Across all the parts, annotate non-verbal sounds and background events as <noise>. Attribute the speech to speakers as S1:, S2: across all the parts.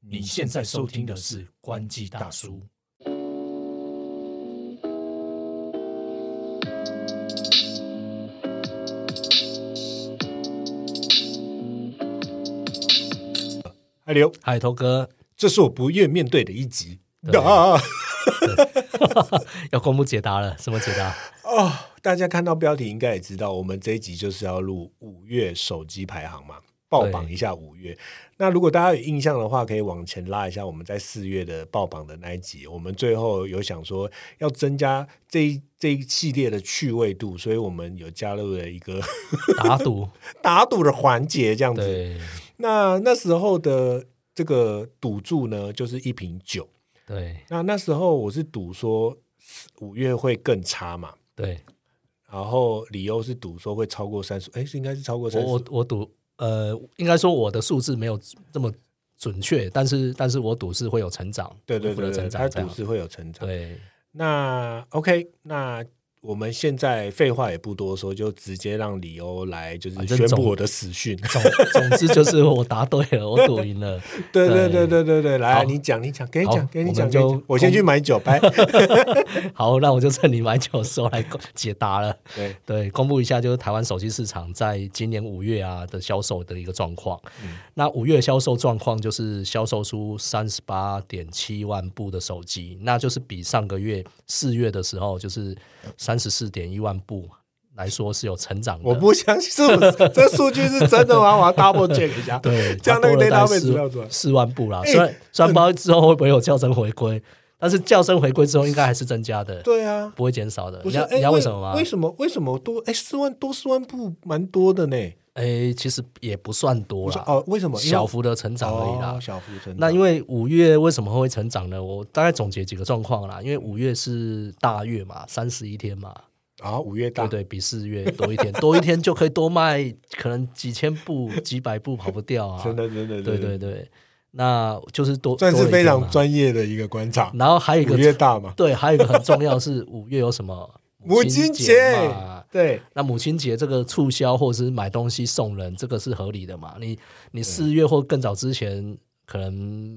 S1: 你现在收听的是《关机大叔》。
S2: 哎刘，
S1: 嗨，头哥，
S2: 这是我不愿面对的一集
S1: 对
S2: 啊
S1: 要公布解答了，什么解答？
S2: 哦！大家看到标题应该也知道，我们这一集就是要录五月手机排行嘛，爆榜一下五月。那如果大家有印象的话，可以往前拉一下，我们在四月的爆榜的那一集，我们最后有想说要增加这一这一系列的趣味度，所以我们有加入了一个
S1: 打赌，
S2: 打赌的环节，这样子。
S1: 对
S2: 那那时候的这个赌注呢，就是一瓶酒。
S1: 对
S2: 那那时候我是赌说五月会更差嘛，
S1: 对，
S2: 然后理由是赌说会超过三十，哎，是应该是超过
S1: 我
S2: 三
S1: 我
S2: 十。
S1: 我赌，呃，应该说我的数字没有这么准确，但是但是我赌是会有成长，
S2: 对对
S1: 恢复
S2: 对
S1: 的
S2: 对，
S1: 成
S2: 他
S1: 长这
S2: 赌
S1: 样。
S2: 是会有成长。
S1: 对
S2: 那 OK，那我们现在废话也不多说，就直接让理由来就是
S1: 反正
S2: 宣布
S1: 总
S2: 我的死
S1: <laughs>
S2: 讯。
S1: 总总之就是我答对了，我赌赢了。
S2: 对对对
S1: 对
S2: 对对对，来
S1: 好
S2: 你讲你讲，给你
S1: 好
S2: 讲给你
S1: 我
S2: 讲，
S1: 们
S2: 给你
S1: 就
S2: 讲我先去买酒拜。
S1: 好，那我就趁你买酒的时候来公解答了。
S2: 对，
S1: <laughs> 对，公布一下，就是台湾手机市场在今年五月啊的销售的一个状况。
S2: 嗯
S1: 那五月销售状况就是销售出三十八点七万部的手机，那就是比上个月四月的时候就是三十四点一万部来说是有成长的。
S2: 我不相信是不是这数据是真的吗？我要 double check 一下。
S1: 对，
S2: 这样那个 database
S1: 四
S2: 不要做
S1: 四万部啦。
S2: 哎
S1: 虽然虽然不知道之后会不会有叫声回归，但是叫声回归之后应该还是增加的，
S2: 对啊，
S1: 不会减少的。
S2: 不
S1: 你
S2: 是
S1: 知道你
S2: 哎
S1: 知道为什么吗？
S2: 为什么为什么多哎四万多四万部蛮多的呢？
S1: 诶，哎其实也不算多
S2: 我说
S1: 啦，
S2: 哦，为什么因为
S1: 啊小幅的成长而已啦
S2: 哦、。小幅成长。
S1: 那因为五月为什么会成长呢？我大概总结几个状况啦，因为五月是大月嘛，三十一天嘛，
S2: 啊，五月
S1: 对
S2: 大，
S1: 对，比四月多一天，多一天就可以多卖可能几千部、几百部跑不掉
S2: <laughs>
S1: 啊。
S2: 真的真的
S1: 对对对，那就是多
S2: 算
S1: 多
S2: 是
S1: 了一
S2: 非
S1: 天
S2: 常
S1: 嘛
S2: 专业的一个观察。
S1: 然后还有一
S2: 五月
S1: 个
S2: 大
S1: <laughs>
S2: 嘛，
S1: 对，还有一个很重要是五月有什
S2: <laughs>
S1: 么
S2: 母亲
S1: 亲
S2: 节
S1: 嘛。
S2: 对
S1: 那母亲节这个促销或者是买东西送人，这个是合理的嘛？你你四月或更早之前可能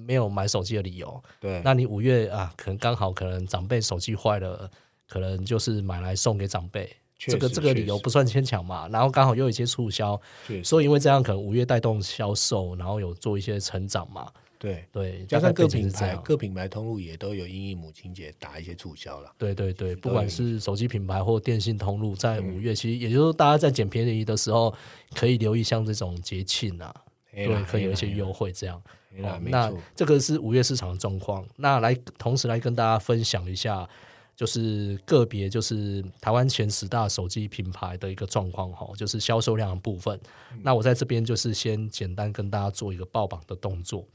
S1: 没有买手机的理由，
S2: 对
S1: 那你五月啊，可能刚好可能长辈手机坏了，可能就是买来送给长辈，
S2: 确
S1: 这个
S2: 实
S1: 这个理
S2: 确
S1: 由
S2: 实
S1: 不算牵强嘛。然后刚好又有一些促销，
S2: 确实
S1: 所以因为这样可能五月带动销售，然后有做一些成长嘛。
S2: 对，
S1: 对，
S2: 加
S1: 大概
S2: 上各
S1: 背景
S2: 品
S1: 是这
S2: 牌
S1: 样
S2: 各品牌通路也都有因应母亲节打一些促销了。
S1: 对对对，不
S2: 都
S1: 管
S2: 有
S1: 是手机品牌或电信通路，在
S2: 嗯
S1: 五月其实也就是说，大家在捡便宜的时候，可以留意像这种节庆啊，
S2: 对
S1: 对，可以有一些
S2: 用。
S1: 优惠这样。
S2: 嘿啦
S1: 哦
S2: 没
S1: 那
S2: 错，
S1: 这个是五月市场的状况。那来，同时来跟大家分享一下，就是个别就是台湾前十大手机品牌的一个状况哈，就是销售量的部分。
S2: 嗯
S1: 那我在这边就是先简单跟大家做一个报榜的动作。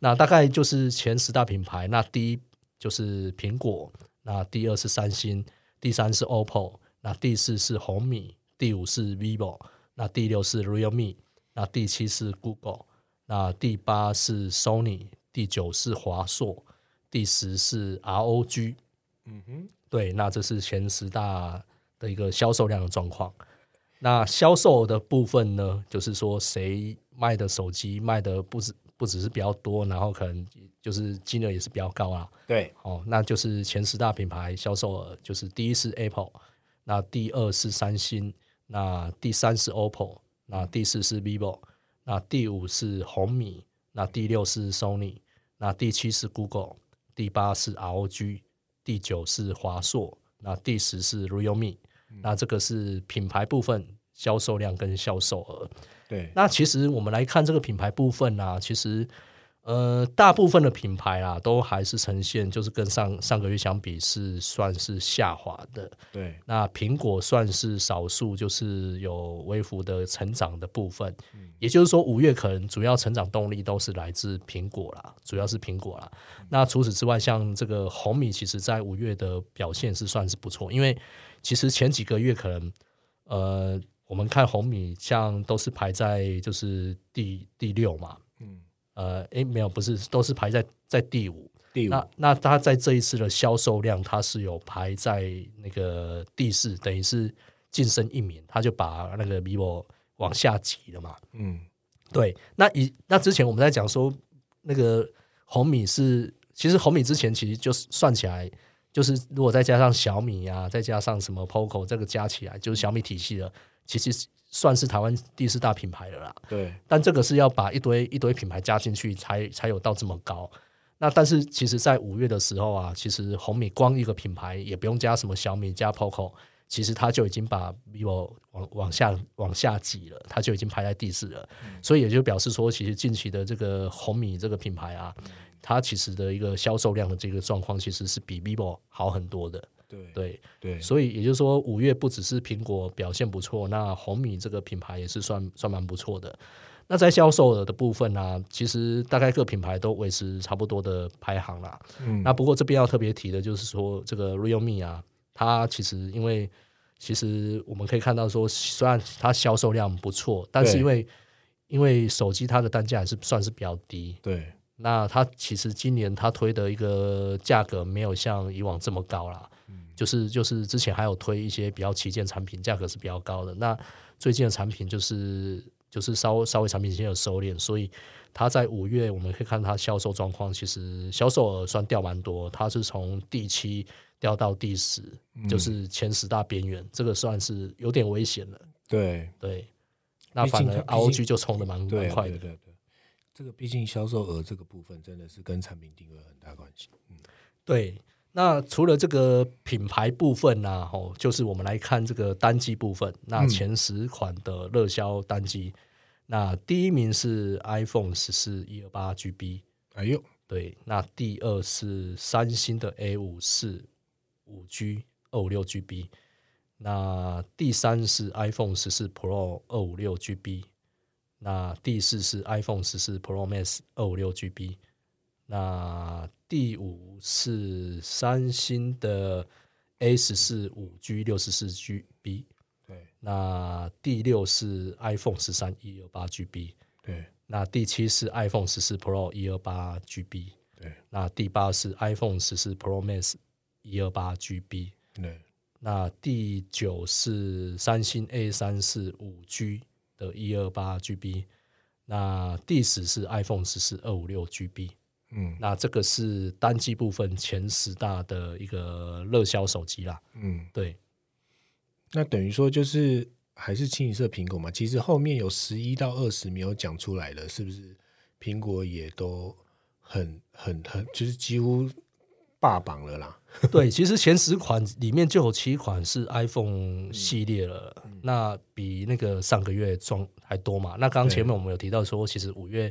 S1: 那大概就是前十大品牌，那第一就是苹果，那第二是三星，第三是 OPPO，那第四是红米，第五是 vivo，那第六是 realme，那第七是 Google，那第八是 Sony，第九是华硕，第十是 ROG。
S2: 嗯哼，
S1: 对，那这是前十大的一个销售量的状况。那销售的部分呢，就是说谁卖的手机卖的不止不只是比较多，然后可能就是金额也是比较高啊。
S2: 对，
S1: 哦，那就是前十大品牌销售额，就是第一是 Apple，那第二是三星，那第三是 OPPO，那第四是 vivo，那第五是红米，那第六是 Sony，那第七是 Google，第八是 ROG，第九是华硕，那第十是 realme，那这个是品牌部分销售量跟销售额。
S2: 对，
S1: 那其实我们来看这个品牌部分啊，其实呃，大部分的品牌啊，都还是呈现就是跟上上个月相比是算是下滑的。
S2: 对，
S1: 那苹果算是少数，就是有微幅的成长的部分。也就是说，五月可能主要成长动力都是来自苹果啦，主要是苹果啦。那除此之外，像这个红米，其实在五月的表现是算是不错，因为其实前几个月可能呃，我们看红米像都是排在就是第第六嘛，
S2: 嗯，
S1: 呃，诶，没有，不是，都是排在在第五。
S2: 第五，
S1: 那那它在这一次的销售量，它是有排在那个第四，等于是晋升一名，它就把那个 vivo 往下挤了嘛。
S2: 嗯，
S1: 对，那以那之前我们在讲说那个红米是，其实红米之前其实就是算起来，就是如果再加上小米啊，再加上什么 POCO 这个加起来，就是小米体系的，其实算是台湾第四大品牌了啦。
S3: 对，
S1: 但这个是要把一堆一堆品牌加进去才才有到这么高。那但是其实，在五月的时候啊，其实红米光一个品牌也不用加什么小米加 POCO，其实它就已经把 vivo 往往下往下挤了，它就已经排在第四了。所以也就表示说，其实近期的这个红米这个品牌啊，它其实的一个销售量的这个状况，其实是比 vivo 好很多的。
S3: 对，
S1: 对，
S3: 对，
S1: 所以也就是说，五月不只是苹果表现不错，那红米这个品牌也是算算蛮不错的。那在销售额的部分呢、其实大概各品牌都维持差不多的排行啦。
S3: 嗯
S1: 那不过这边要特别提的就是说，这个 Realme 啊，它其实因为其实我们可以看到说，虽然它销售量不错，但是
S3: 对
S1: 因为因为手机它的单价还是算是比较低，
S3: 对，
S1: 那它其实今年它推的一个价格没有像以往这么高啦，
S2: 嗯
S1: 就是就是之前还有推一些比较旗舰产品，价格是比较高的。那最近的产品就是就是稍稍微产品先有收敛，所以它在五月我们可以看它销售状况，其实销售额算掉蛮多，它是从第七掉到第十，
S2: 嗯
S1: 就是前十大边缘，这个算是有点危险了。
S3: 对，
S1: 对，那
S2: 毕竟
S1: 反
S2: 它
S1: 而
S2: 毕竟
S1: ROG 就冲的蛮蛮
S3: 对，
S1: 快
S3: 对，
S1: 的。
S3: 对，对，
S2: 这个毕竟销售额这个部分真的是跟产品定位有很大关系。
S1: 对，那除了这个品牌部分呢、啊，哦，就是我们来看这个单机部分。那前十款的热销单机，那第一名是 iPhone 十四一二八 GB，
S2: 哎呦，
S1: 对，那第二是三星的 A 五四五 G 二五六 GB，那第三是 iPhone 十四 Pro 二五六 GB，那第四是 iPhone 十四 Pro Max 二五六 GB，那第五是三星的 A 十四五 G 六十四 GB，
S2: 对
S1: 那第六是 iPhone 十三一二八 GB，
S2: 对
S1: 那第七是 iPhone 十四 Pro 一二八 GB，
S2: 对
S1: 那第八是 iPhone 十四 Pro Max 一二八 GB，
S2: 对
S1: 那第九是三星 A 三四五 G 的一二八 GB，那第十是 iPhone 十四二五六 GB，
S2: 嗯
S1: 那这个是单机部分前十大的一个热销手机啦。
S2: 嗯，
S1: 对，
S2: 那等于说就是还是清一色苹果嘛。其实后面有十一到二十没有讲出来的，是不是？苹果也都很很很，就是几乎霸榜了啦。
S1: <laughs> 对，其实前十款里面就有七款是 iPhone 系列了，那比那个上个月装还多嘛。那刚刚前面我们有提到说，其实五月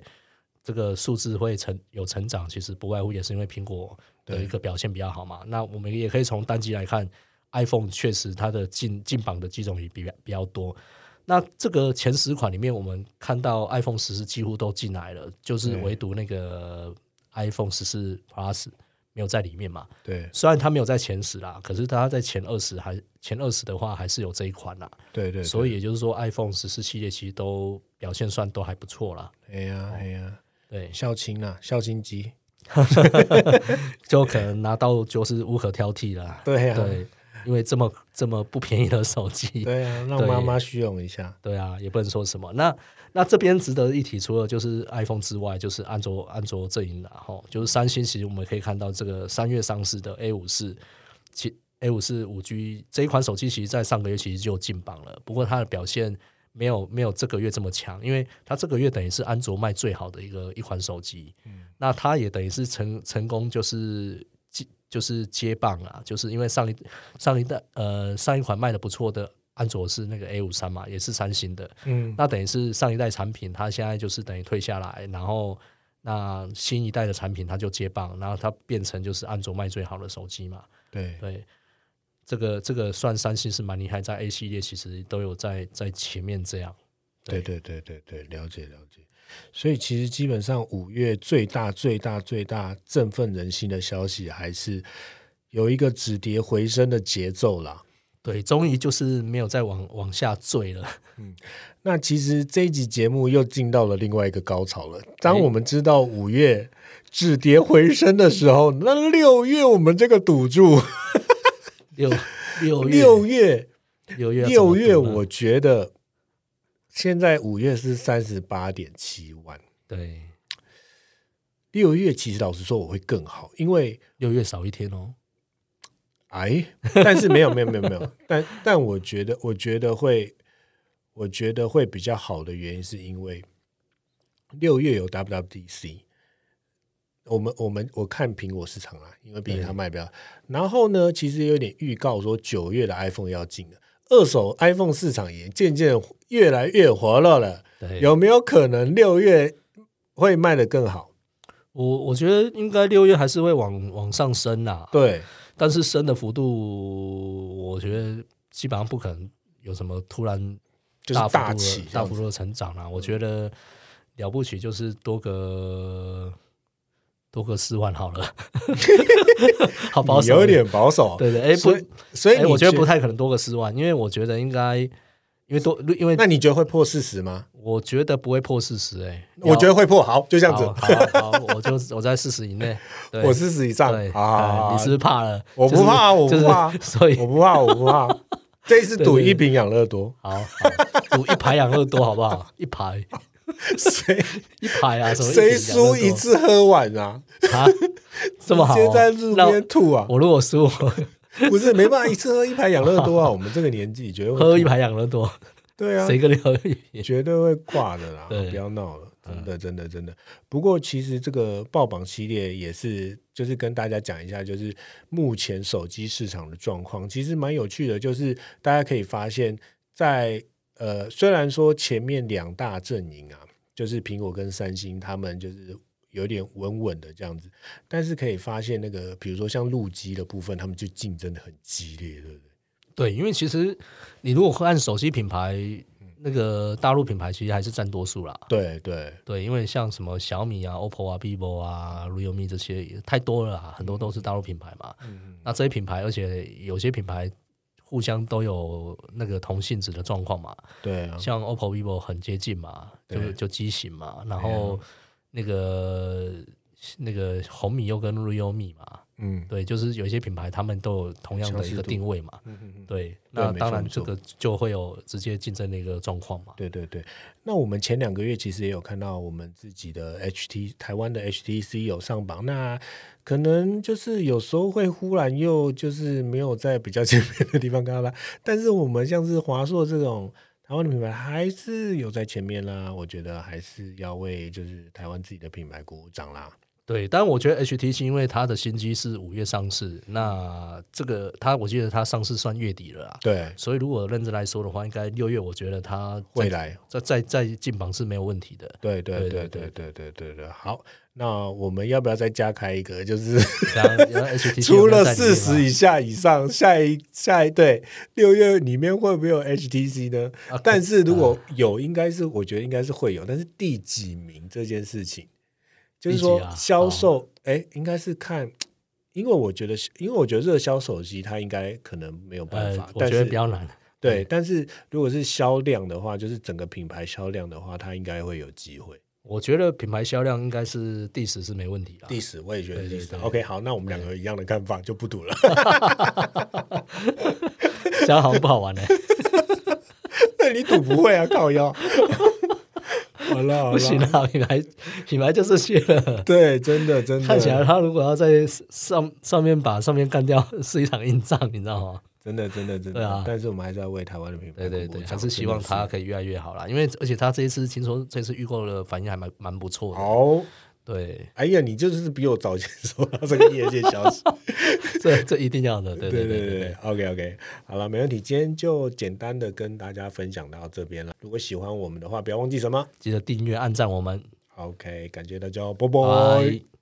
S1: 这个数字会成有成长，其实不外乎也是因为苹果的一个表现比较好嘛。那我们也可以从单机来看，iPhone 确实它的进进榜的机种也比较比较多。那这个前十款里面，我们看到 iPhone 十四几乎都进来了，就是
S2: 对
S1: 唯独那个 iPhone 十四 Plus 没有在里面嘛。
S2: 对
S1: 虽然它没有在前十啦，可是它在前二十还前二十的话，还是有这一款啦。
S2: 对对，
S1: 所
S2: 以
S1: 以也就是说，iPhone 十四系列其实都表现算都还不错啦。
S2: 哎
S1: 哦
S2: 呀哎呀，
S1: 对，
S2: 孝亲啊，孝亲机，
S1: 就可能拿到就是无可挑剔啦。
S2: 对啊呀、
S1: 对，因为这么这么不便宜的手机，
S2: 对呀、让
S1: 对
S2: 妈妈虚荣一下。
S1: 对啊，也不能说什么。那那这边值得一提，除了就是 iPhone 之外，就是安卓安卓阵营啦，吼，就是三星，其实我们可以看到这个三月上市的 A 五四，其 A 五四五 G 这一款手机，其实在上个月其实就进榜了，不过它的表现没有没有这个月这么强，因为它这个月等于是安卓卖最好的一个一款手机，那它也等于是成成功就是。接就是接棒啊，就是因为上一上一代呃上一款卖的不错的安卓是那个 A 五三嘛，也是三星的，
S2: 嗯，
S1: 那等于是上一代产品，它现在就是等于退下来，然后那新一代的产品它就接棒，然后它变成就是安卓卖最好的手机嘛。
S2: 对
S1: 对，这个这个算三星是蛮厉害，在 A 系列其实都有在在前面这样。
S2: 对对对对对，了解了解。所以其实基本上五月最大最大最大振奋人心的消息，还是有一个止跌回升的节奏啦。
S1: 对，终于就是没有再往往下坠了。
S2: 那其实这一集节目又进到了另外一个高潮了。当我们知道五月止跌回升的时候，那六月我们这个赌注，
S1: 六六月
S2: 六月
S1: 六月要怎么
S2: 六
S1: 啊
S2: 月，
S1: 读呢
S2: 我觉得现在五月是三十八点七万，
S1: 对
S2: 六月其实老实说我会更好，因为
S1: 六月少一天哦。
S2: 哎，但是没有没有没有没有，但但我觉得我觉得会，我觉得会比较好的原因是因为六月有 WWDC，我们我们我看苹果市场啊，因为毕竟它卖不了。然后呢，其实有点预告说九月的 iPhone 要进了，二手 iPhone 市场也渐渐越来越活络了，
S1: 对，
S2: 有没有可能六月会卖得更好？
S1: 我我觉得应该六月还是会往往上升啦，
S2: 对，
S1: 但是升的幅度，我觉得基本上不可能有什么突然
S2: 就是
S1: 幅度
S2: 起
S1: 的
S2: 这
S1: 大
S2: 样
S1: 幅
S2: 子
S1: 度的成长啦、我觉得了不起就是多个多个四万好了， <laughs> 好保
S2: 你
S1: 守，
S2: 有点保守，
S1: 对对，哎、
S2: 所以
S1: 不，
S2: 所以
S1: 哎、
S2: 你
S1: 我觉得不
S2: 太。
S1: 太可能多个四万，因为我觉得应该因为多因为
S2: 那你觉得会破四十吗？
S1: 我觉得不会破四十哎，
S2: 我觉得会破，好，就这
S1: 这
S2: 样子，
S1: 好好好，我就我在四十以
S2: <laughs>
S1: 内，对
S2: 我四十以上
S1: 对，
S2: 啊，
S1: 哎你是不是怕了？
S2: 我不怕啊我不
S1: 就是
S2: 怕啊
S1: 就是 <laughs> 所以
S2: 我不怕，我不怕，这一次赌一瓶养乐多，
S1: 好，好赌一排养乐多好不好？一排
S2: 谁
S1: 一排啊，什么
S2: 谁
S1: 瓶养乐多
S2: 输一次喝完啊？
S1: 啊？这么好
S2: 直接
S1: 哦，
S2: 在路
S1: 那
S2: 边吐啊？
S1: 我如果输，我
S2: 不是，没办法，一次喝一排养乐多啊。我们这个年纪绝对会
S1: 喝一，排养乐多，
S2: 对啊，
S1: 谁跟你喝一瓶？
S2: 绝 <laughs> 对嗯会挂的啦。哦
S1: 对
S2: 不要闹了，真的，真的，真的。不过其实这个爆榜系列也是，就是跟大家讲一下，就是目前手机市场的状况，其实蛮有趣的。就是大家可以发现在，呃，虽然说前面两大阵营啊，就是苹果跟三星，他们就是。有点稳稳的这样子，但是可以发现那个，比如说像路基的部分，他们就竞争的很激烈，对不对？
S1: 对，因为其实你如果按手机品牌，那个大陆品牌其实还是占多数啦。
S2: 对对，
S1: 对，因为像什么小米啊、OPPO 啊、vivo 啊、realme 这些也太多了
S2: 嗯
S1: 啦，很多都是大陆品牌嘛。那这些品牌，而且有些品牌互相都有那个同性质的状况嘛，
S2: 对啊，
S1: 像 OPPO、vivo 很接近嘛，就
S2: 对啊
S1: 就机型嘛，然后那个那个红米又跟 realme 嘛，
S2: 嗯，
S1: 对，就是有一些品牌他们都有同样的一
S2: 相似
S1: 个
S2: 度
S1: 定位嘛，
S2: 嗯嗯嗯
S1: 对，那
S2: 没
S1: 当
S2: 错
S1: 然
S2: 没
S1: 这
S2: 错
S1: 个就会有直接竞争的一个状况嘛，
S2: 对对对，那我们前两个月其实也有看到我们自己的 HT 台湾的 HTC 有上榜，那可能就是有时候会忽然又就是没有在比较前面的地方看到它，但是我们像是华硕这种台湾的品牌还是有在前面啦，我觉得还是要为就是台湾自己的品牌鼓掌啦。
S1: 对，但我觉得 HTC 因为它的新机是五月上市，那这个它我记得它上市算月底了啊，
S2: 对，
S1: 所以如果认真来说的话，应该六月我觉得它
S2: 未
S1: 再
S2: 来
S1: 再再再进榜是没有问题的。
S2: <laughs> 对对对
S1: 对对
S2: 对对对对对，好，那我们要不要再加开一个就是？
S1: 然后然后
S2: <laughs>
S1: HTC
S2: 除
S1: 有没有啊
S2: 了
S1: 在里
S2: 四
S1: 面
S2: 十以下以上，下一下一对六月里面会不会有 HTC 呢？
S1: 啊，啊
S2: 但是如果有，应该是我觉得应该是会有，但是第几名这件事情，就是
S1: 第
S2: 说
S1: 几啊
S2: 销售，哎、应该是看，因为我觉得，因为我觉得热销手机它应该可能没有办
S1: 呃
S2: 法，，
S1: 我
S2: 但
S1: 觉得
S2: 是
S1: 比较难。
S2: 对，但是如果是销量的话，就是整个品牌销量的话，它应该会有机会。
S1: 我觉得品牌销量应该是第十是没问题啦。
S2: 第十，我也觉得
S1: 对
S2: 第
S1: 对
S2: 十。
S1: 对
S2: OK，好，那我们两个一样的看法，就不赌了。
S1: 这样好像不好
S2: <laughs>
S1: 玩呢、
S2: 那你赌不会 <laughs> 啊，靠腰。好了，好了
S1: 不行啊，品牌品牌就是去了。
S2: <laughs> 对，真的真的，
S1: 看起来他如果要在上上面把上面干掉，是一场硬仗，你知道吗？
S2: 真的真的真
S1: 对
S2: 的、
S1: 啊
S2: 但是我们还是要为台湾的品牌
S1: 对对
S2: 鼓啊
S1: 对，
S2: 掌
S1: 还是希望它
S2: 真的
S1: 可以越来越好啦。因为而且它这一次听说这次预购的反应还蛮蛮不错
S2: 是
S1: 的。
S2: 好。
S1: 对， <laughs>
S2: 哎呀，你就是比我早先收到这个业界消息。
S1: 这这一定要的。 <laughs> 对
S2: 对
S1: 对
S2: 对
S1: 对
S2: 对
S1: 对
S2: 对
S1: 对。
S2: ，OK OK，好了，没问题。今天就简单的跟大家分享到这边了。如果喜欢我们的话，不要忘记什么。
S1: 记得订阅、按赞我们。
S2: OK，感谢大家，拜拜。
S1: 拜。